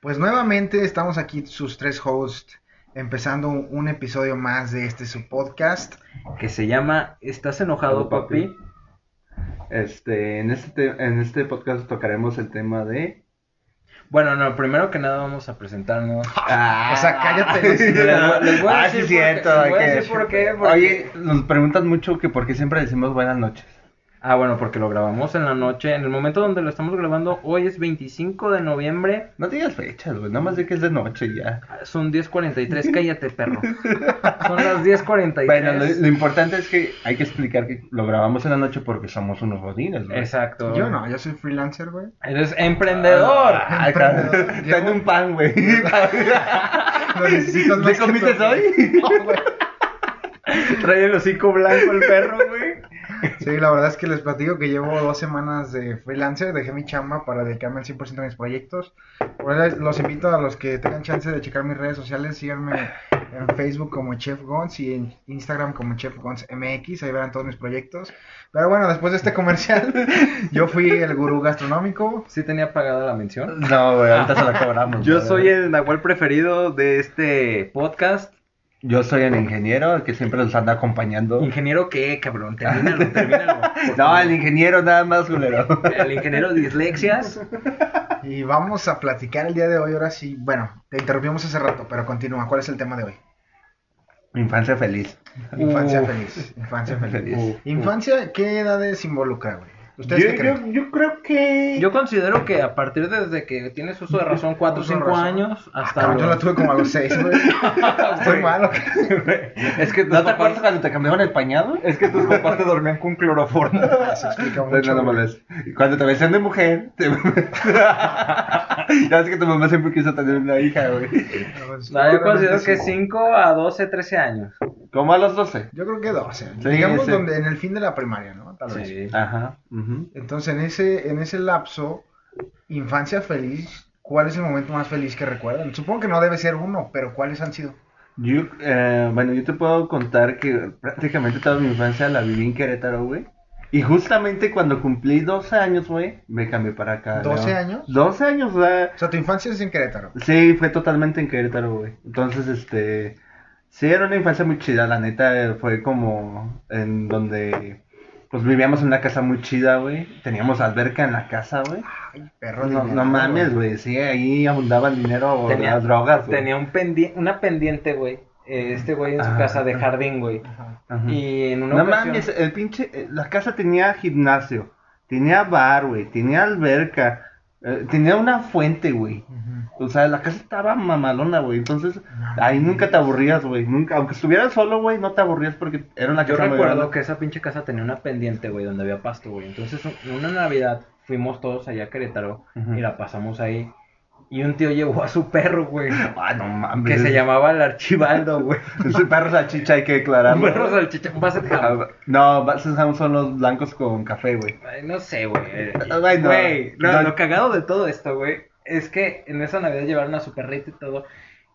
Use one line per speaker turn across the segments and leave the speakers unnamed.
Pues nuevamente estamos aquí sus tres hosts, empezando un, un episodio más de este su podcast.
que se llama ¿Estás enojado,
Algo, papi.
papi?
Este, en este, te- en este podcast tocaremos el tema de...
Bueno, no, primero que nada vamos a presentarnos.
Ah,
o sea, cállate, los-
les- les voy a
Ah,
decir
sí,
por qué-
cierto,
les voy a
hay que-
decir por qué, porque-
Oye, nos preguntan mucho que por qué siempre decimos buenas noches.
Ah, bueno, porque lo grabamos en la noche. En el momento donde lo estamos grabando, hoy es 25 de noviembre.
No digas fechas, güey, nada más de que es de noche y ya.
Son 10.43, cállate, perro. Son las 10.43.
Bueno, lo, lo importante es que hay que explicar que lo grabamos en la noche porque somos unos godines, güey.
Exacto.
Yo no, yo soy freelancer, güey.
Eres emprendedor.
Ah, claro.
Emprendedor.
Tengo un pan, güey.
Lo necesito más
¿Me
que tú.
comiste hoy?
No, güey.
Trae el hocico blanco el perro, güey.
Sí, la verdad es que les platico que llevo dos semanas de freelancer, dejé mi chamba para dedicarme al 100% de mis proyectos. Por ahí les- los invito a los que tengan chance de checar mis redes sociales, síganme en Facebook como Chef Gons y en Instagram como Chef Gons MX, ahí verán todos mis proyectos. Pero bueno, después de este comercial, yo fui el gurú gastronómico.
Sí tenía pagada la mención.
No, güey, ahorita se la cobramos.
Yo
güey.
soy el Nahual preferido de este podcast.
Yo soy el ingeniero que siempre los anda acompañando.
¿Ingeniero qué, cabrón? Termínalo, termínalo. por
No,
favor.
el ingeniero nada más, culero.
El ingeniero de dislexias.
Y vamos a platicar el día de hoy, ahora sí, bueno, te interrumpimos hace rato, pero continúa, ¿cuál es el tema de hoy?
Infancia feliz.
Infancia
Uf.
feliz, infancia feliz.
Feliz. Uf,
Infancia, ¿qué edades involucra, güey? ¿Ustedes qué creen?
creo que...
Yo considero que a partir desde que tienes uso de razón 4 o
Uso de
5
razón.
años
Ah,
hasta...
Cabrón, yo
los-
la tuve como a los seis, güey. Estoy malo.
Es que ¿No te acuerdas cuando te cambiaron el pañado?
Es que tus papás te dormían con cloroformo.
Ah, Se explica
No,
mucho.
no,
güey.
mames. Cuando te vestían de mujer, te... ya ves que tu mamá siempre quiso tener una hija, güey.
Pues,
No, yo considero
probablemente
que
sí.
5 a 12, 13 años.
Como a los 12.
Yo creo que 12.
Sí,
Digamos
sí.
donde en el fin de la primaria, ¿no? Tal vez.
Sí.
Ajá. ujú.
Entonces, en ese, en ese lapso, infancia feliz, ¿cuál es el momento más feliz que recuerdan? Supongo que no debe ser uno, pero ¿cuáles han sido?
Yo, eh, bueno, yo te puedo contar que prácticamente toda mi infancia la viví en Querétaro, güey. Y justamente cuando cumplí 12 años, güey, me cambié para acá. León.
¿12 años?
12 años, o sea,
O sea, tu infancia es en Querétaro.
Sí, fue totalmente en Querétaro, güey. Entonces, este, sí, era una infancia muy chida, la neta, eh, fue como en donde, pues vivíamos en una casa muy chida, güey. Teníamos alberca en la casa, güey.
Ay, perro.
Ah,
No,
adinerado,
no mames, güey, sí, ahí abundaba el dinero o
Tenía-
las drogas, güey.
Tenía un pendi- una pendiente, güey. eh, Este güey en su
Ah.
casa de jardín, güey.
Ajá.
Ajá.
Y en una
No
ocasión-
mames, el pinche, eh, la casa tenía gimnasio, tenía bar, güey, tenía alberca, eh, tenía una fuente, güey.
Ujú.
O sea, la casa estaba mamalona, güey. Entonces,
Mames.
ahí nunca te aburrías, güey. Nunca, aunque estuvieras solo, güey, no te aburrías porque era una
Yo
casa muy
recuerdo
grande.
que esa pinche casa tenía una pendiente, güey, donde había pasto, güey. Entonces, un- una Navidad fuimos todos allá a Querétaro
Ujú.
y la pasamos ahí. Y un tío llevó a su perro, güey,
Ah, no mames.
que se llamaba el Archibaldo, güey.
Ese perro salchicha hay que
Un
declararlo.
perro salchicha, un basset hound.
Ah, No, Basset Hound son los blancos con café, güey.
Ay, No sé, güey.
Ah, bueno.
Güey, lo,
No.
lo cagado de todo esto, güey, es que en esa Navidad llevaron a su perrito y todo.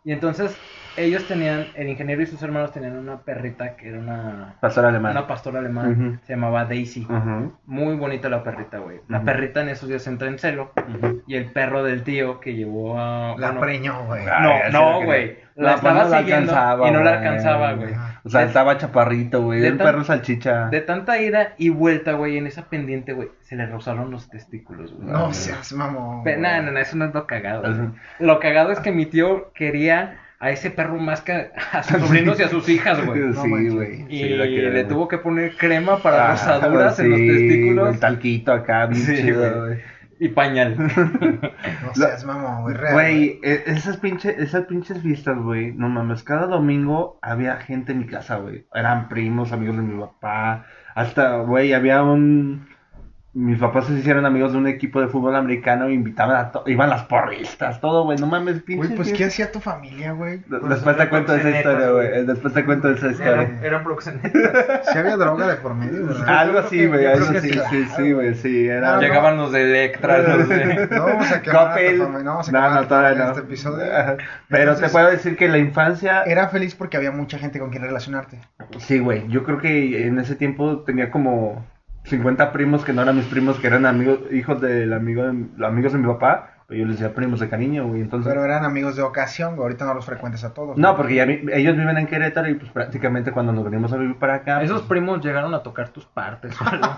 Y entonces, ellos tenían, el ingeniero y sus hermanos tenían una perrita que era una,
Pastor alemán.
una pastora alemana,
Ujú.
se llamaba Daisy.
Ujú,
Muy bonita la perrita, güey. La
Ujú.
perrita en esos días entra en celo.
ujú.
Y el perro del tío que llevó a.
La
bueno,
preñó, güey.
Ah,
No,
ya sé lo
no,
que-
güey. La,
La
estaba
no la
siguiendo
alcanzaba,
y no la
güey.
alcanzaba, güey.
O sea, estaba chaparrito, güey.
de
El
tan-
perro salchicha.
De tanta ida y vuelta, güey, en esa pendiente, güey, se le rozaron los testículos, güey.
No seas mamón.
Pero,
güey.
no, no, no, eso no es lo cagado. güey.
Ujú.
Lo cagado es que mi tío quería a ese perro más que a- a sus sobrinos y a sus hijas, güey.
No
Sí,
manches.
güey.
Y
Sí, lo quiero,
le
güey.
tuvo que poner crema para
Ah,
rozaduras en los
sí,
testículos
El talquito acá, bien
Sí,
chido,
güey.
güey.
y pañal.
No seas mamón, güey. real,
Güey, e- esas, pinche- esas pinches fiestas, güey, no mames, cada domingo había gente en mi casa, güey. Eran primos, amigos de mi papá, hasta, güey, había un... Mis papás se hicieron amigos de un equipo de fútbol americano e invitaban a... to- Iban las porristas, todo, güey, no mames, pinches
Güey, pues ¿qué
fiestas.
hacía tu familia, güey?
D- Después te cuento esa historia, güey, después te cuento esa historia.
Eran, eran proxenetas.
Si había droga de por medio, ¿verdad?
Algo
creo que-
así, güey,
yo creo
algo
que
así,
sí.
sí, sí, güey, sí, era...
Ah, no.
Llegaban los de Electra, los de...
No vamos a quemar a tu
Coppel.
familia, no vamos a
No,
quemar a
no,
tu
todavía
familia en
no.
este episodio.
Ajá. Pero
Entonces,
te puedo decir que la infancia
Era feliz porque había mucha gente con quien relacionarte.
Sí, güey. Yo creo que en ese tiempo tenía como 50 primos que no eran mis primos, que eran amigos, hijos del amigo de, amigos de mi papá, Pero yo les decía primos de cariño, güey. Entonces,
Pero eran amigos de ocasión, güey. Ahorita no los frecuentes a todos.
Pues no, porque ya vi- ellos viven en Querétaro y pues prácticamente cuando nos venimos a vivir para acá, pues,
Esos primos llegaron a tocar tus partes o algo.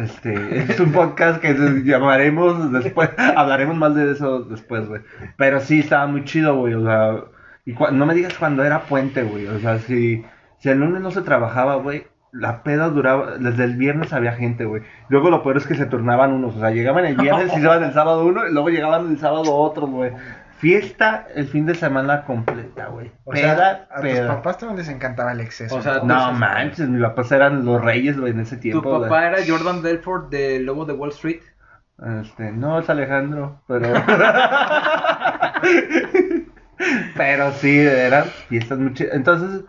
Este, es un podcast que se- llamaremos después, hablaremos más de eso después, güey. Pero sí, estaba muy chido, güey, o sea, y cua- no me digas cuando era puente, güey, o sea, si, si el lunes no se trabajaba, güey, la peda duraba, desde el viernes había gente, güey. Luego lo peor es que se turnaban unos, o sea, llegaban el viernes y se iban el sábado uno, y luego llegaban el sábado otros, güey. Fiesta el fin de semana completa, güey.
O sea,
Peda,
a tus
peda.
papás también les encantaba el exceso.
O sea,
entonces.
No manches, mis papás eran los reyes, güey, en ese
Tu
tiempo. güey.
papá era Jordan Belfort de Lobo de Wall Street.
Este, no es Alejandro, pero. pero sí, eran fiestas muy chidas. Entonces,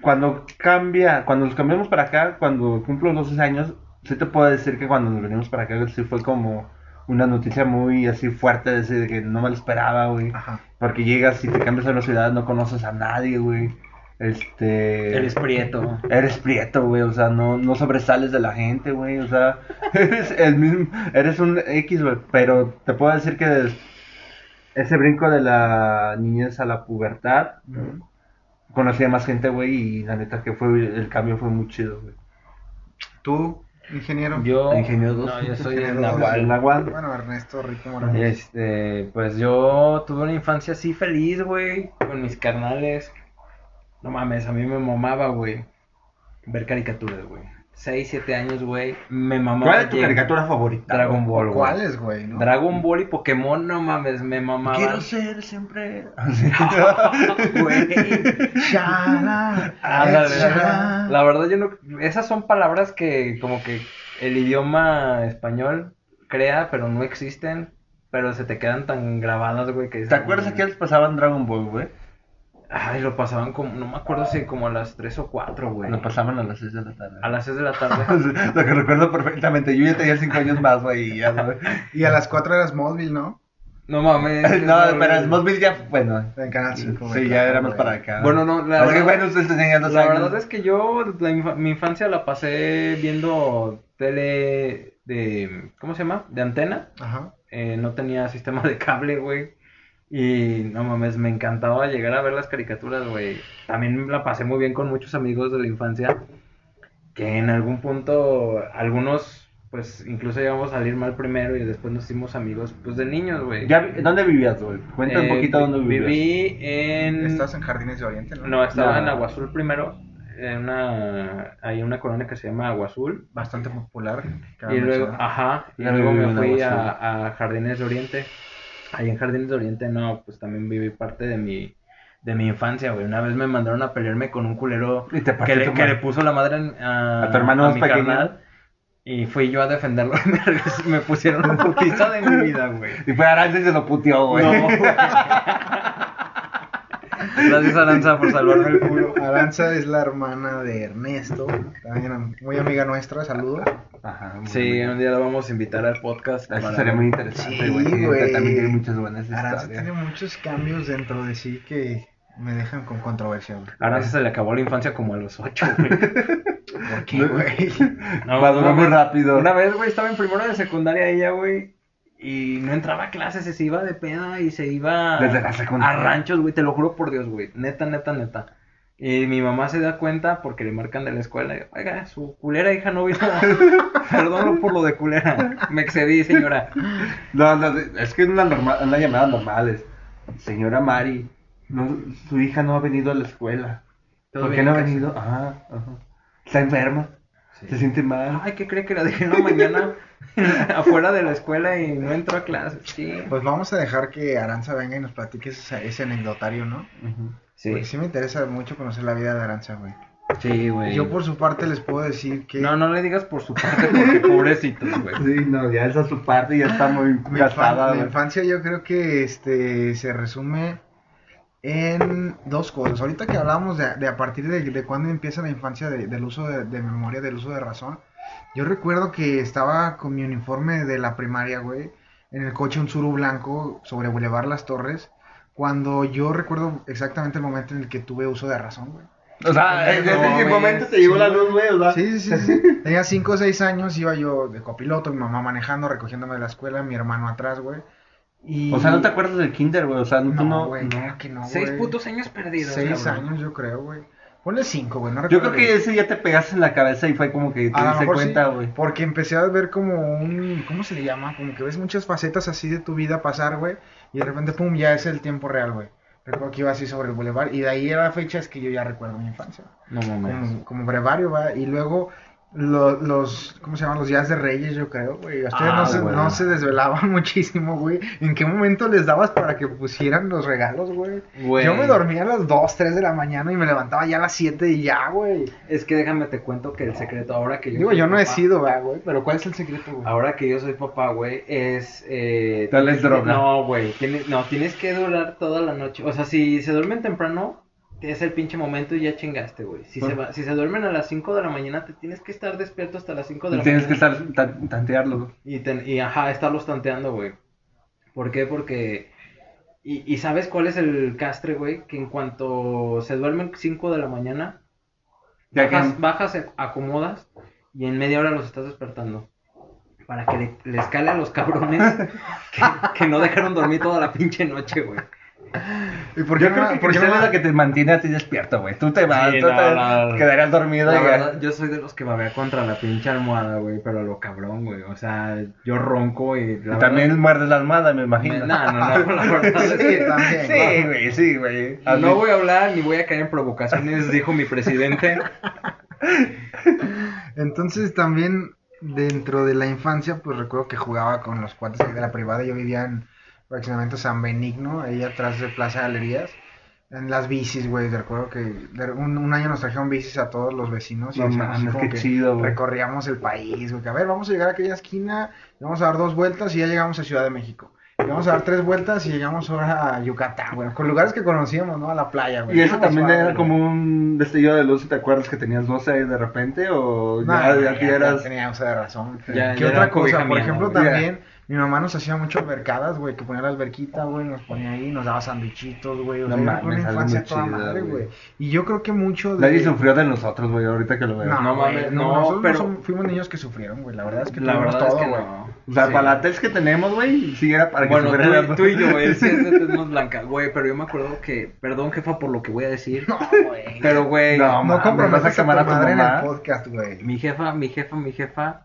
cuando cambia, cuando nos cambiamos para acá, cuando cumplo los 12 años, sí te puedo decir que cuando nos venimos para acá, sí fue como una noticia muy así fuerte, de, ese de que no me lo esperaba, güey.
Ajá.
Porque llegas y te cambias a una ciudad, no conoces a nadie, güey. Este.
Eres prieto.
Eres prieto, güey, o sea, no, no sobresales de la gente, güey, o sea, eres el mismo, eres un X, güey, pero te puedo decir que des- ese brinco de la niñez a la pubertad,
Ujú.
conocí a más gente, güey, y la neta que fue, el cambio fue muy chido, güey.
Tú, ingeniero.
Yo,
Ingenio dos.
no, yo soy
Ingeniero
el
dos.
Nahual.
El Nahual.
Bueno, Ernesto Rico Morales.
Este, pues yo tuve una infancia así feliz, güey, con mis carnales. No mames, a mí me mamaba, güey, ver caricaturas, güey. 6, 7 años, güey, me mamaba.
¿Cuál es tu
llegar-
caricatura favorita?
Dragon Ball, güey.
¿Cuáles, güey? no?
Dragon Ball y Pokémon, no mames, me mamaba.
Quiero ser siempre...
Shara,
Ándale.
Shara.
La verdad, yo no. Esas son palabras que, como que el idioma español crea, pero no existen. Pero se te quedan tan grabadas, güey. Que dices,
¿Te acuerdas
"Mm".
que antes pasaban Dragon Ball, güey?
Ay, lo pasaban como. No me acuerdo si como a las 3 o 4, güey.
Lo pasaban a las 6 de la tarde.
A las 6 de la tarde.
Lo que recuerdo perfectamente, yo ya tenía 5 años más, güey, y ya, güey.
Y a las 4 era Smallville, ¿no?
No mames. es
No,
horrible.
pero Smallville ya, bueno.
En Canal 5.
Sí, ya éramos para acá.
Bueno, no, la
Porque,
verdad-
bueno, ustedes tenían dos
La
años.
verdad es que yo, la infa- mi infancia la pasé viendo tele de. ¿Cómo se llama? De antena.
Ajá.
eh, no tenía sistema de cable, güey. Y no mames, me encantaba llegar a ver las caricaturas, güey. También la pasé muy bien con muchos amigos de la infancia. Que en algún punto, algunos, pues incluso llegamos a salir mal primero y después nos hicimos amigos, pues de niños, güey.
Ya vi- ¿Dónde vivías, güey? Cuenta un
Eh,
poquito dónde
vi-
vivías.
Viví en.
Estás en Jardines de Oriente, ¿no?
Mm. No, estaba
No.
en Agua Azul primero. En una... Hay una colonia que se llama Agua Azul.
Bastante popular. cabe
Y luego,
mencionar.
ajá, y
Ya
luego
viví
me
en
fui
Aguascalientes.
a, a Jardines de Oriente. Ahí en Jardines de Oriente, no, pues también viví parte de mi, de mi infancia, güey. Una vez me mandaron a pelearme con un culero
Y
que
te partí
le,
tu
que le
madre.
puso la madre en- a,
¿A tu hermano más
mi
pequeño?
carnal, y fui yo a defenderlo. y Me, regresé- me pusieron una putiza de mi vida, güey.
Y fue Aranza y se lo puteó, güey.
No, güey. Gracias, Aranza, por salvarme el culo.
Aranza es la hermana de Ernesto, también muy amiga nuestra, saludos.
Ajá, muy
Sí,
bien.
un día la vamos a invitar al podcast.
Eso
para-
sería muy interesante,
Sí,
güey.
güey.
También tiene muchas buenas
Aranza tiene
historias.
muchos cambios dentro de sí que me dejan con controversia. güey.
Aranza se le acabó la infancia como a los ocho, güey.
¿Por qué, güey?
No,
Maduró
una
muy
vez-
rápido.
Una vez, güey, estaba en primero de secundaria ella, güey. Y no entraba a clases, se iba de peda y se iba
Desde la
a
secundaria.
ranchos, güey. Te lo juro por Dios, güey. Neta, neta, neta. Y mi mamá se da cuenta porque le marcan de la escuela. y, Oiga, su culera hija no vino. Perdón por lo de culera. Me excedí, señora.
No, no, es que es una, norma- una llamada normal. Es, señora Mari, no, su hija no ha venido a la escuela.
Todo
¿Por qué
bien
no ha
en casa.
venido? Ajá, ajá. Está enferma.
Sí.
Se siente mal.
Ay, ¿qué cree que la dejé en la mañana afuera de la escuela y no entró a clases? Sí.
Pues vamos a dejar que Aranza venga y nos platique ese, ese anecdotario, ¿no?
Ujú.
Porque sí me interesa mucho conocer la vida de Aranza, güey.
Sí, güey.
Yo por su parte les puedo decir que
No, no le digas por su parte porque pobrecitos, güey.
Sí, no, ya esa es su parte y ya está muy
mi, infan-
gastada.
mi
güey.
infancia yo creo que este se resume en dos cosas. Ahorita que hablábamos de, de a partir de, de cuándo empieza la infancia de- del uso de, de memoria, del uso de razón. Yo recuerdo que estaba con mi uniforme de la primaria, güey, en el coche un suru blanco sobre Boulevard Las Torres, cuando yo recuerdo exactamente el momento en el que tuve uso de razón, güey.
O
Ah,
sea, en
No,
Ah, ese
güey,
momento te llegó la luz, güey, o sea.
Sí, sí, sí. Tenía 5 o 6 años, iba yo de copiloto, mi mamá manejando, recogiéndome de la escuela, mi hermano atrás, güey.
Y...
O sea, no te acuerdas del kinder, güey. O sea, tú
No,
no.
güey, no, que no,
Seis
güey.
putos años perdidos.
Seis
cabrón.
años, yo creo, güey. Ponle cinco, güey, no
Yo
recuerdo
creo que
bien.
ese ya te pegaste en la cabeza y fue como que te
A lo
diste
mejor sí,
cuenta, güey.
porque empecé a ver como un, ¿cómo se le llama? Como que ves muchas facetas así de tu vida pasar, güey, y de repente, pum, ya es el tiempo real, güey. Recuerdo que iba así sobre el bulevar, y de ahí era fechas que yo ya recuerdo mi infancia.
No mames.
como, como brevario, va, y luego lo- los, ¿cómo se llaman? Los días de reyes, yo creo, güey. Ustedes
Ah,
no, se,
güey.
no se desvelaban muchísimo, güey. ¿En qué momento les dabas para que pusieran los regalos, güey?
Güey.
Yo me
Pues,
dormía a las 2, 3 de la mañana y me levantaba ya a las 7 y ya, güey.
Es que déjame te cuento que el secreto ahora que yo.
Digo,
soy
yo no he
papá- Ah,
sido, va, güey, pero ¿cuál es el secreto, güey?
Ahora que yo soy papá, güey, es. Eh,
Dale
tienes que-
droga.
No, güey. tienes- No, tienes que durar toda la noche. O sea, si se duermen temprano, es el pinche momento y ya chingaste, güey. Si, se,
Ah.
va- si se duermen a las 5 de la mañana, te tienes que estar despierto hasta las 5 de la
Tienes que
mañana.
estar tan- tantearlo.
Y, ten- y ajá, estarlos tanteando, güey. ¿Por qué? Porque. Y, y sabes cuál es el castre, güey, que en cuanto se duermen 5 de la mañana,
Ya que-
bajas, bajas, ac- acomodas y en media hora los estás despertando. Para que le- les cale a los cabrones que, que no dejaron dormir toda la pinche noche, güey.
¿Y por
Yo
no
creo
la-
que
por qué
Cristal
Ah, no
es
la-
la que te mantiene a ti despierto, güey. Tú te vas,
Sí,
tú
no,
te
no, no.
quedarías dormido
La
y ya.
verdad, yo soy de los que babea contra la pinche almohada, güey, pero a lo cabrón, güey. O sea, yo ronco y la
Y también muerdes la almohada, me
verdad-
imagino.
me- No, no, no, la verdad es
Sí,
que
también,
sí,
¿no?
güey, sí, güey. Así-
No voy a hablar ni voy a caer en provocaciones, dijo mi presidente.
Entonces también dentro de la infancia, pues recuerdo que jugaba con los cuates ahí de la privada. Yo vivía en fraccionamiento San Benigno, ahí atrás de Plaza Galerías. En las bicis, güey, recuerdo que de- un, un año nos trajeron bicis a todos los vecinos y
No
hacíamos así
mames,
como
qué
que
chido, güey.
recorríamos el país, güey, que a ver, vamos a llegar a aquella esquina, y vamos a dar dos vueltas y ya llegamos a Ciudad de México. Y vamos a dar tres vueltas y llegamos ahora a Yucatán, güey, con lugares que conocíamos, ¿no? A la playa, güey.
Y eso
Estaba
también
suave,
era
güey.
como un destello de luz, ¿te acuerdas que tenías 12 ahí de repente? ¿O
No,
Pues ya,
no,
ya,
ya-
que
ya
eras...?
tenía uso de razón.
Ya-
¿Qué
ya
otra cosa?
era cobija
Por
mía,
ejemplo,
güey.
también mi mamá nos hacía muchas mercadas, güey, que ponía la alberquita, güey, nos ponía ahí, nos daba sanduichitos, güey. O
No
sea, era
mames,
una
algo
infancia
muy
toda
chida,
madre,
güey.
güey. Y yo creo que mucho de...
Nadie sufrió de nosotros, güey, ahorita que lo veo.
No,
No
güey,
mames,
no,
no,
nosotros
pero-
som- fuimos niños que sufrieron, güey. La verdad es que
La
tuvimos
verdad
todo,
es que
güey.
no.
O sea,
Sí.
para la test que tenemos, güey, sí era para que
Bueno,
sufrieran
tú,
las-
tú y yo, güey, sí, es de tez más blanca, güey, pero yo me acuerdo que, perdón jefa por lo que voy a decir,
güey.
pero güey,
No,
No
mames, vas a
comprometas a tu
quemar a tu
madre en
mamá.
el podcast, güey.
mi jefa, mi jefa, mi jefa,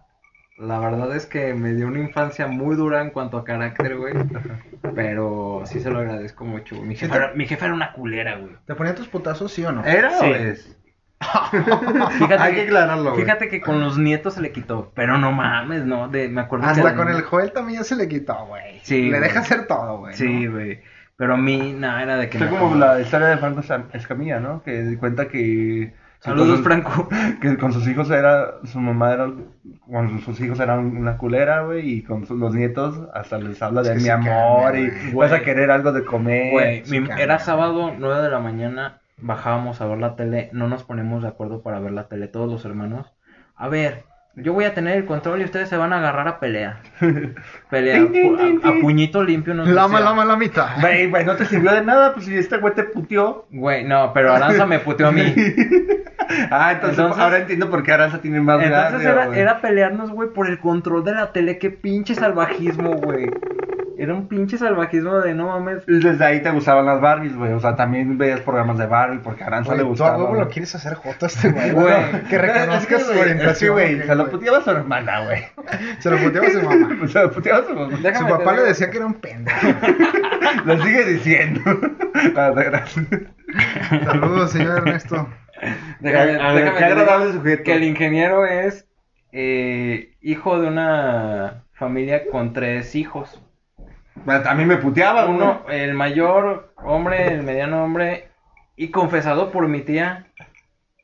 la verdad es que me dio una infancia muy dura en cuanto a carácter, güey, pero sí se lo agradezco mucho, güey. mi
Este
jefa,
Sí,
era, mi jefa era una culera, güey.
¿Te ponía tus putazos, sí o no?
¿Era
Sí.
o es?
Fíjate
Hay que
que-
aclararlo, güey.
Fíjate que con los nietos se le quitó, pero no mames, no, de, me acuerdo que
Hasta
era-
con el Joel también ya se le quitó, güey.
Sí,
Le
güey.
deja hacer todo, güey.
Sí, güey, pero a mí, nada, era de que...
Fue
me
como
acababa.
la historia de Franco Sam- Escamilla, ¿no? Que cuenta que...
Saludos,
que-
Franco.
Que con sus hijos era, su mamá era, con sus hijos era una culera, güey, y con sus- los nietos hasta les habla
Es
de
que
mi
sí
amor
cambia,
y
güey.
vas a querer algo de comer.
Güey,
sí
mi-
cambia,
era
güey.
sábado, 9 de la mañana, bajábamos a ver la tele, no nos ponemos de acuerdo para ver la tele, todos los hermanos. A ver, yo voy a tener el control y ustedes se van a agarrar a pelea. Pelea,
Tin, tin, tin,
a, a
tin.
puñito limpio nos
Lama,
decía.
lama, la mitad.
Güey, güey, no te sirvió de nada, pues si este güey te puteó.
Güey, no, pero Aranza me puteó a mí.
Ah, entonces,
Entonces-
ahora entiendo por qué Aranza tiene más
Entonces
gracia,
era,
güey.
era pelearnos, güey, por el control de la tele, qué pinche salvajismo, güey. Era un pinche salvajismo de no mames.
Y Desde ahí te gustaban las Barbies, güey. O sea, también veías programas de Barbie porque a Aranza
Oye,
le
tú a
gustaba.
huevo lo
güey.
quieres hacer joto a este güey.
Güey,
¿no? que reconozca
Es
su
que, güey,
orientación.
es que, güey,
¿o qué,
se lo
güey?
puteaba a su hermana, güey.
Se lo puteaba a su mamá.
se lo puteaba a su mamá.
Déjame
su
te
papá le
digo.
decía que era un pendejo.
Lo sigue diciendo. Cuando te grabas.
Saludos, señor Ernesto.
ah, Déjame-
A
déjame
ver, qué
te digo
agradable sujeto.
Que el ingeniero es eh, hijo de una familia con tres hijos.
A mí me puteaba uno.
Uno, el mayor hombre, el mediano hombre, y confesado por mi tía,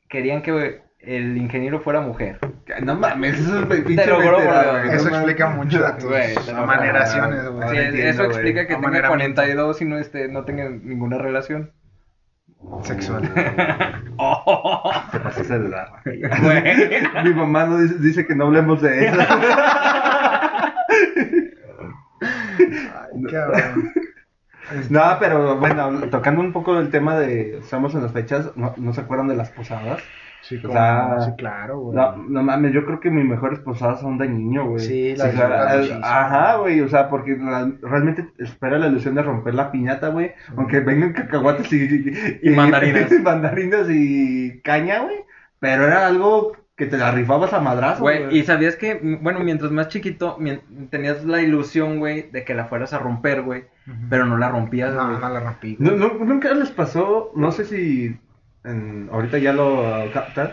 querían que el ingeniero fuera mujer.
No mames, eso es pinche
Te lo juro,
mentira,
bro.
güey.
Eso
No
explica
mames.
mucho de
Güey,
tus
te lo-
amaneraciones, güey.
Sí,
Ahora entiendo,
eso
güey.
explica que tenga
Amaneramiento.
42 y no, esté, no tenga ninguna relación.
Sexual.
Te pasaste de largo. Mi mamá no dice, dice que no hablemos de eso.
Ay, cabrón.
No, pero bueno, tocando un poco el tema de estamos en las fechas, ¿no, ¿no se acuerdan de las posadas?
Sí,
O
como-
sea,
sí, claro, güey.
No, no mames, yo creo que mis mejores posadas son de niño, güey.
Sí, las
O sea,
disfrutas
al-
muchísimo.
Ajá, güey, o sea, porque la- realmente espera la ilusión de romper la piñata, güey. Aunque vengan cacahuates y, y,
Y mandarinas.
y mandarinas y caña, güey. Pero era algo que te la rifabas a madrazo,
Güey, y
güey.
sabías que, mm, bueno, mientras más chiquito, mien- tenías la ilusión, güey, de que la fueras a romper, güey,
Ujú.
pero no la rompías,
No,
güey.
no la rompí. güey.
Nu- nu- ¿Nunca les pasó, no sé si en- ahorita ya lo captan,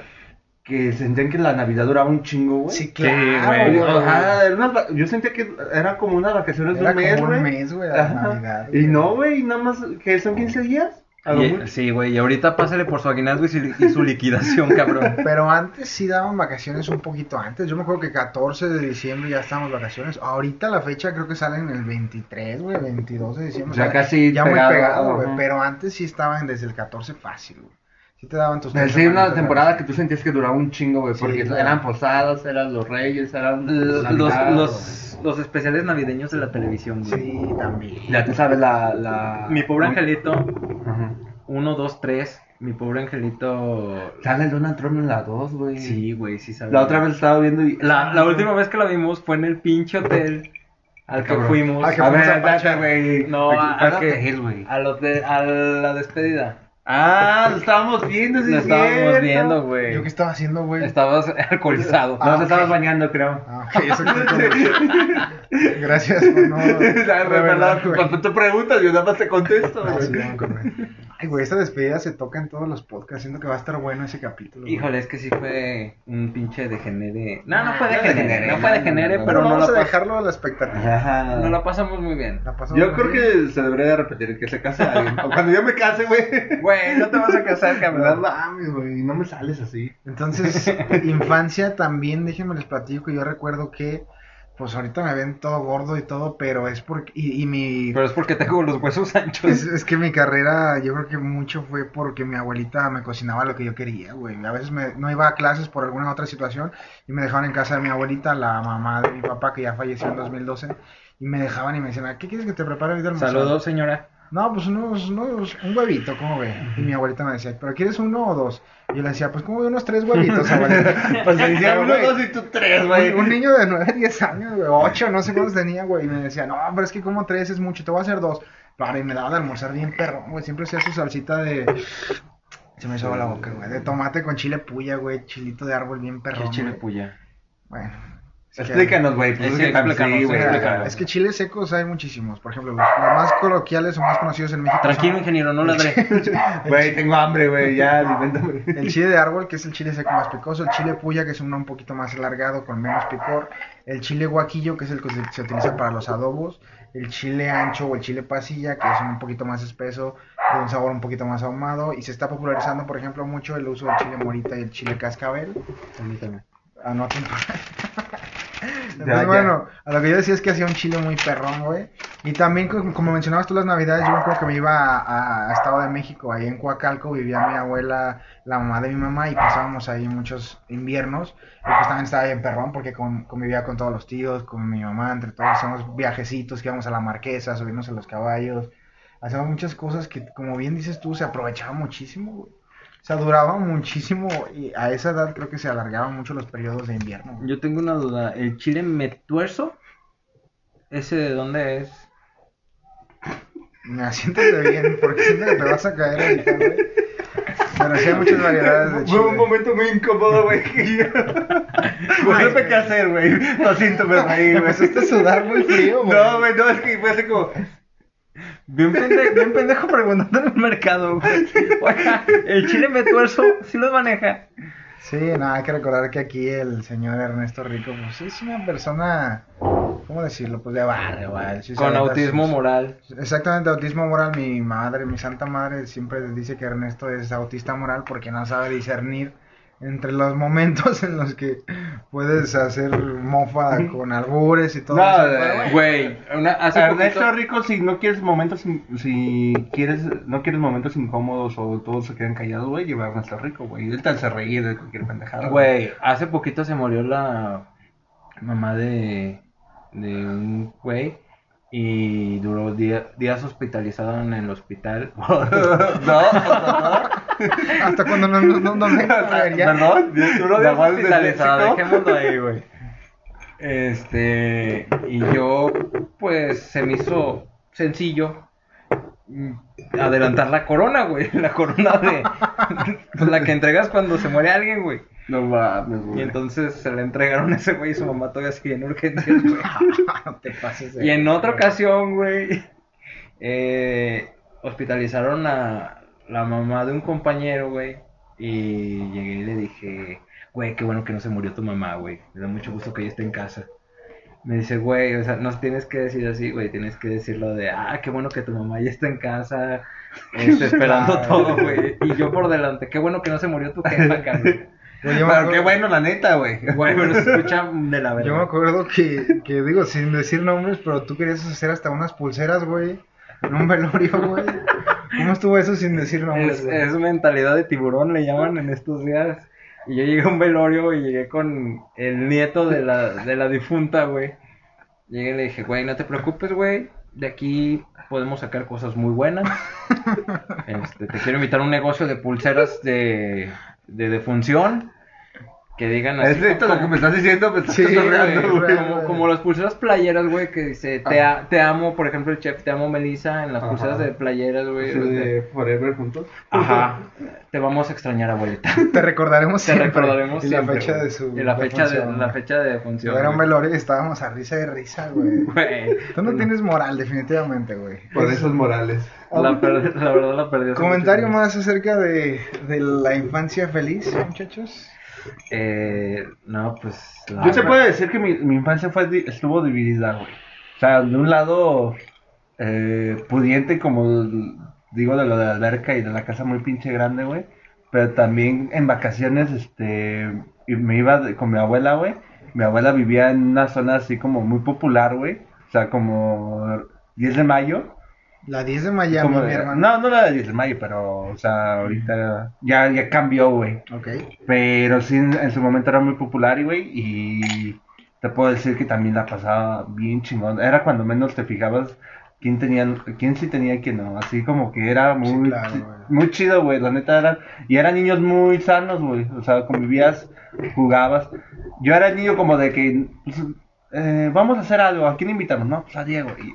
que sentían que la Navidad duraba un chingo, güey?
Sí,
güey.
claro, güey.
Ajá, era una va- yo sentía que era como unas vacaciones
Era
de un mes,
como un
güey.
mes, güey, a la
Ajá.
Navidad,
Y
güey.
no, güey, nada más que son 15 días. A lo
Y-
mucho.
sí, güey, y ahorita pásale por su aguinaldo y su, y su liquidación, cabrón.
Pero antes sí daban vacaciones un poquito antes. Yo me acuerdo que 14 de diciembre ya estábamos vacaciones. Ahorita la fecha creo que salen el 23, güey, 22 de diciembre.
Ya
sale-
casi
ya
pegado,
muy pegado, güey.
ajá.
Pero antes sí estaban desde el 14 fácil, güey. Sí te daban tus
Es
tres
decir, una
semanitas,
temporada
güey.
que tú sentías que duraba un chingo, güey,
Sí,
porque
claro.
eran posadas, eran los reyes, eran
L-
la
los,
Navidad, güey.
los, los especiales navideños de la televisión, güey.
Sí, también.
Ya te sabes la... la...
Mi pobre angelito,
Ajá.
1, 2, 3, mi pobre angelito.
Sale el Donald Trump en la 2, güey.
Sí, güey, sí sabes.
La otra vez Ah. estaba viendo y...
La, la última vez que la vimos fue en el pinche hotel al que
Cabrón.
fuimos.
Ah, que
A ver,
vamos a
espérate, güey.
No, a, a
Espérate,
que-
güey.
a los de- a la despedida.
Ah, lo estábamos viendo, sí
Lo
es
estábamos
cierto.
viendo,
¿Yo qué
güey.
estaba haciendo, güey?
Estabas alcoholizado.
Ah, No, te estabas bañando, creo.
Ah, ok, eso que- Gracias por no.
La verdad,
revelar, güey.
cuando tú preguntas, yo nada más te contesto,
Ah, sí,
güey.
no, güey. Ay, güey, esta despedida se toca en todos los podcasts. Siento que va a estar bueno ese capítulo. güey.
Híjole, es que sí fue un pinche degenere. No, no fue
Ah, no
degenere,
degenere,
no fue
no,
degenere,
no, no,
pero no
vamos
la,
a
pas-
dejarlo a la expectativa.
Ajá.
no la pasamos muy bien.
La pasamos
Yo creo
bien.
que se debería de repetir que se case alguien. O cuando yo me case, güey.
Güey, no te vas a casar,
No
cabrón.
mames, güey. No me sales así.
Entonces, infancia también, déjenme les platico. Yo recuerdo que, pues ahorita me ven todo gordo y todo, pero es porque. Y, y mi.
Pero es porque tengo los huesos
Es,
anchos.
es que mi carrera, yo creo que mucho fue porque mi abuelita me cocinaba lo que yo quería, güey. A veces me- no iba a clases por alguna otra situación y me dejaban en casa de mi abuelita, la mamá de mi papá que ya falleció en 2012, y me dejaban y me decían, "¿Ah, ¿qué quieres que te prepare hoy de almorzar?"
Saludos, señora.
No, pues unos, unos, un huevito, ¿cómo ve? Y mi abuelita me decía, ¿pero quieres uno o dos? Y yo le decía, pues como unos tres huevitos, abuelita.
Pues le
Pero,
hicieron uno,
güey,
dos y tú tres, güey.
un, un niño de 9, 10 años, güey, 8, no sé cuántos tenía, güey, y me decía, no, pero es que como tres es mucho, te voy a hacer dos. Para, y me daba de almorzar bien perro, güey, siempre hacía su salsita de... Se me hizo agua la boca, güey, de tomate con chile puya, güey, chilito de árbol bien perro.
Qué chile puya.
Bueno. es que-
Explícanos, güey. Pues
Sí,
es que también-
explícanos,
sí, güey.
explícanos.
Es que chiles secos hay muchísimos, por ejemplo, los, los más coloquiales o más conocidos en México. son-
Tranquilo, ingeniero, no ladré.
Güey, tengo hambre, güey. Ya, alimentame.
El chile de árbol, que es el chile seco más picoso. El chile puya, que es uno un poquito más alargado, con menos picor. El chile guaquillo, que es el que se- se utiliza para los adobos. El chile ancho o el chile pasilla, que es un poquito más espeso, de un sabor un poquito más ahumado. Y se está popularizando, por ejemplo, mucho el uso del chile morita y el chile cascabel. Anoten. Entonces,
Ya, ya.
bueno, a lo que yo decía es que hacía un chile muy perrón, güey. Y también, co- como mencionabas tú las navidades, yo me acuerdo que me iba a, a- a Estado de México, ahí en Coacalco vivía mi abuela, la mamá de mi mamá, y pasábamos ahí muchos inviernos. Y pues también estaba bien perrón porque con- convivía con todos los tíos, con mi mamá, entre todos hacíamos viajecitos, que íbamos a la marquesa, subimos a los caballos, hacíamos muchas cosas que, como bien dices tú, se aprovechaba muchísimo, güey. O sea, duraba muchísimo y a esa edad creo que se alargaban mucho los periodos de invierno. güey.
Yo tengo una duda. ¿El chile metuerzo? ¿Ese de dónde es?
Me siéntate bien, porque siento que te vas a caer ahorita, güey. Pero sí hay muchas variedades de chile.
Fue un momento muy incómodo, güey. que yo- Pues no sé qué hacer, güey. Lo siento, me reí, güey.
Empezaste a sudar muy frío, güey.
No, güey, no, es que fue así como.
Bien pendejo, bien pendejo preguntando en el mercado, güey. Oiga, el chile metuerzo sí lo maneja.
Sí, nada, hay que recordar que aquí el señor Ernesto Rico, pues es una persona, ¿cómo decirlo? Pues de barrio, güey. Sí se
Con
avienta
autismo
sus-
moral.
Exactamente, autismo moral. Mi madre, mi santa madre, siempre dice que Ernesto es autista moral porque no sabe discernir entre los momentos en los que puedes hacer mofa con albures y todo
No,
eso.
eh,
de-
Pero bueno,
Güey, una- hace
Ernesto
poquito-
Rico, si no quieres momentos, in- si quieres, no quieres momentos incómodos o todos se quedan callados, güey, lleva a Ernesto Rico, güey. Él te hace reír de cualquier pendejada.
Güey, hace poquito se murió la mamá de, de un güey Y duró día- días hospitalizado en el hospital.
No, por
Hasta cuando no, no, no, no me
Ah,
encargaría.
Perdón,
Duró días
Nahual desde
hospitalizado,
México.
dejémoslo ahí, güey. Este, y yo, pues, se me hizo sencillo mm, adelantar la corona, güey. La corona de. la que entregas cuando se muere alguien, güey.
No mames,
Y
güey.
entonces se le entregaron a ese güey y su mamá todavía sigue en urgencias, güey.
No te pases de-
Y en otra ocasión, güey, eh, hospitalizaron a la mamá de un compañero, güey. Y llegué y le dije, güey, qué bueno que no se murió tu mamá, güey. Me da mucho gusto que ella esté en casa. Me dice, güey, o sea, no tienes que decir así, güey. Tienes que decirlo de, ah, qué bueno que tu mamá ya está en casa, este, esperando
Ah.
todo, güey. Y yo por delante, qué bueno que no se murió tu jefa, cabrón.
Güey, yo me
Pero qué
acuerdo-
bueno, la neta, güey.
Güey, pero se escucha de la
Yo me
verdad.
acuerdo que, que, digo, sin decir nombres, pero tú querías hacer hasta unas pulseras, güey. En un velorio, güey. ¿Cómo estuvo eso sin decir nombres,
Es,
güey?
es mentalidad de tiburón, le llaman en estos días. Y yo llegué a un velorio y llegué con el nieto de la, de la difunta, güey. Llegué y le dije, güey, no te preocupes, güey. De aquí podemos sacar cosas muy buenas. Este, te quiero invitar a un negocio de pulseras de, de defunción. Que digan así.
Es neta lo que me estás diciendo, me estás
Sí,
cotorreando,
güey.
güey.
Como, como las pulseras playeras, güey, que dice, te, a- te amo, por ejemplo, el chef, te amo, Melissa, en las
Ajá.
pulseras de playeras, güey.
Sí, de Forever juntos.
Ajá. Te vamos a extrañar, abuelita.
Te recordaremos
Te
siempre.
recordaremos
Y la
siempre,
fecha
güey.
de su...
Y la fecha de,
defunción,
la
güey.
fecha de función.
Yo era un
güey.
velorio y estábamos a risa de risa, güey.
Güey.
Tú no tienes moral, definitivamente, güey.
Por esos morales.
La, per- la verdad la perdí. hace
Comentario
mucho
más acerca de, de la infancia feliz, muchachos.
tiempo. Eh, no, pues. la-
Yo se puede decir que mi, mi infancia fue di- estuvo dividida, güey. O sea, de un lado eh, pudiente, como digo, de lo de la alberca y de la casa muy pinche grande, güey. Pero también en vacaciones, este, y me iba de- con mi abuela, güey. Mi abuela vivía en una zona así como muy popular, güey. O sea, como 10 de mayo.
La 10 de Miami,
como
mi
de-
hermano.
no, no la de 10 de mayo, pero, o sea, ahorita ya, ya cambió, güey.
Ok.
Pero sí, en, en su momento era muy popular, y, güey, y te puedo decir que también la pasaba bien chingón. Era cuando menos te fijabas quién tenía, quién sí tenía y quién no. Así como que era muy,
Sí, claro,
chi-
güey.
muy chido, güey. La neta era, y eran niños muy sanos, güey. O sea, convivías, jugabas. Yo era el niño como de que, pues, eh, vamos a hacer algo, ¿a quién invitamos? No, pues a Diego. Y,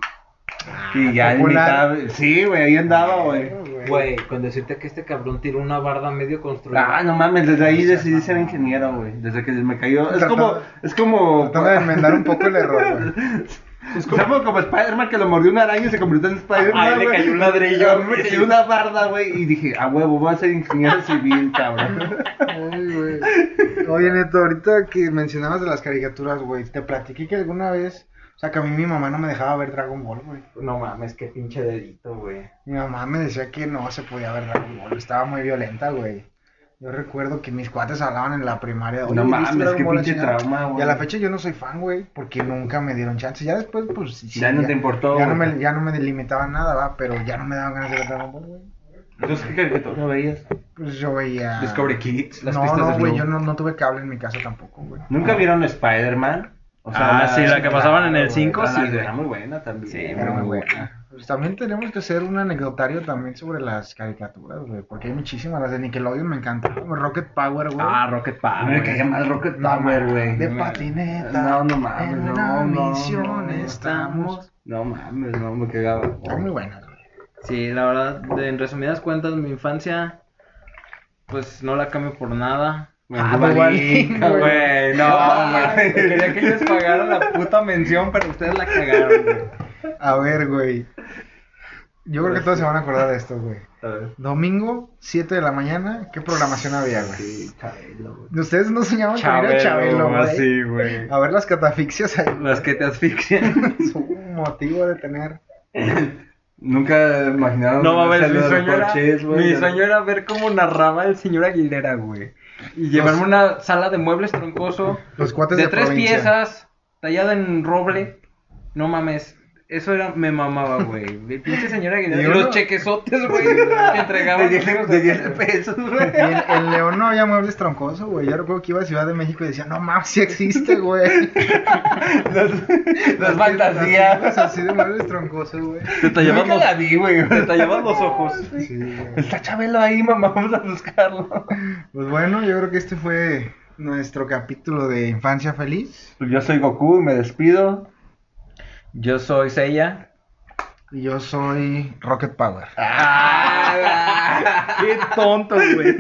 y ya
Ah, popular. Ah,
invitaba, sí, güey, ahí andaba, güey.
Güey, con decirte que este cabrón tiró una barda medio construida.
Ah, no mames, desde ahí decidí ser ingeniero, güey. Desde que me cayó. Es
Tratando-
como. Es como.
Tratando de enmendar un poco el error, güey.
Es como, como Spider-Man que lo mordió una araña y se convirtió en Spider-Man.
Ahí le
güey.
cayó un ladrillo,
A mí Me
güey.
cayó una barda, güey. Y dije, a huevo, voy a ser ingeniero civil, cabrón.
Ay, güey. Oye, Neto, ahorita que mencionabas de las caricaturas, güey, te platiqué que alguna vez, o sea, que a mí mi mamá no me dejaba ver Dragon Ball, güey.
No mames, qué pinche dedito, güey.
Mi mamá me decía que no se podía ver Dragon Ball, estaba muy violenta, güey. Yo recuerdo que mis cuates hablaban en la primaria.
No
"Oye, ¿viste
mames,
Dragon
qué
Ball?"
pinche
La chingada.
trauma, güey.
Y a la fecha yo no soy fan, güey, porque nunca me dieron chance. Ya después, pues sí.
Ya no te importó,
Ya no,
güey.
me, ya no me delimitaban nada, va, pero ya no me daban ganas de ver Dragon Ball, güey.
Entonces, ¿qué caricatura veías?
Pues yo veía.
Kids,
No, no, güey, yo no, no tuve cable en mi casa tampoco, güey.
¿Nunca vieron Spider-Man? O
Ah, sí, la que pasaban en el
güey,
cinco,
la-
sí,
la-
güey.
Era muy buena también.
Sí,
Era muy
muy
buena. Pues también tenemos que hacer un anecdotario también sobre las caricaturas, güey, porque hay muchísimas. Las de Nickelodeon me encantaban. güey, Rocket Power, güey.
Ah, Rocket
A
Power.
mí me caía mal Rocket
No,
Power, güey.
De
No,
patineta.
No, no mames,
En
no,
una
no, no,
misión
no, no.
estamos.
No mames, no, me cagaba.
Están muy buenas, güey.
Sí, la verdad, de- en resumidas cuentas, mi infancia, pues no la cambio por nada. Me
Ah,
valí,
Duvalín, güey.
güey, no,
Ah,
güey. Quería que ellos pagaran la puta mención, pero ustedes la cagaron, güey.
A ver, güey. Yo creo que todos se van a acordar de esto, güey.
A ver.
Domingo, 7 de la mañana, ¿qué programación había, güey?
Sí, Chabelo, güey.
Ustedes no soñaban con ir a Chabelo,
Chabelo,
güey.
así, güey.
A ver las catafixias ahí.
Las que te asfixian.
Es un motivo de tener.
Nunca imaginaron
No mames,
hacer
mi
los
sueño, era,
coches, güey,
mi
de-
sueño era ver cómo narraba el señor Aguilera, güey. Y llevarme a una sala de muebles troncoso
Los cuates
de,
de
tres
provincia.
piezas, tallada en roble. No mames. Eso era, me mamaba, güey. Mi pinche señora que
Y uno-
los chequesotes, güey, que entregaban.
De 10 de 10 pesos, güey.
Y en, en León no había muebles troncosos, güey. Yo recuerdo que iba a Ciudad de México y decía, no mames, sí existe, güey.
Las
Así,
fantasías.
pues, así de muebles troncosos, güey.
Te tallaban
Nunca
los...
la vi, güey.
te tallaban los ojos.
Pues, Sí, güey.
Está Chabelo ahí, mamá, vamos a buscarlo.
Pues bueno, yo creo que este fue nuestro capítulo de Infancia Feliz.
Yo soy Goku y me despido.
Yo soy Seiya.
Y yo soy Rocket Power.
Ah,
Qué tonto, güey.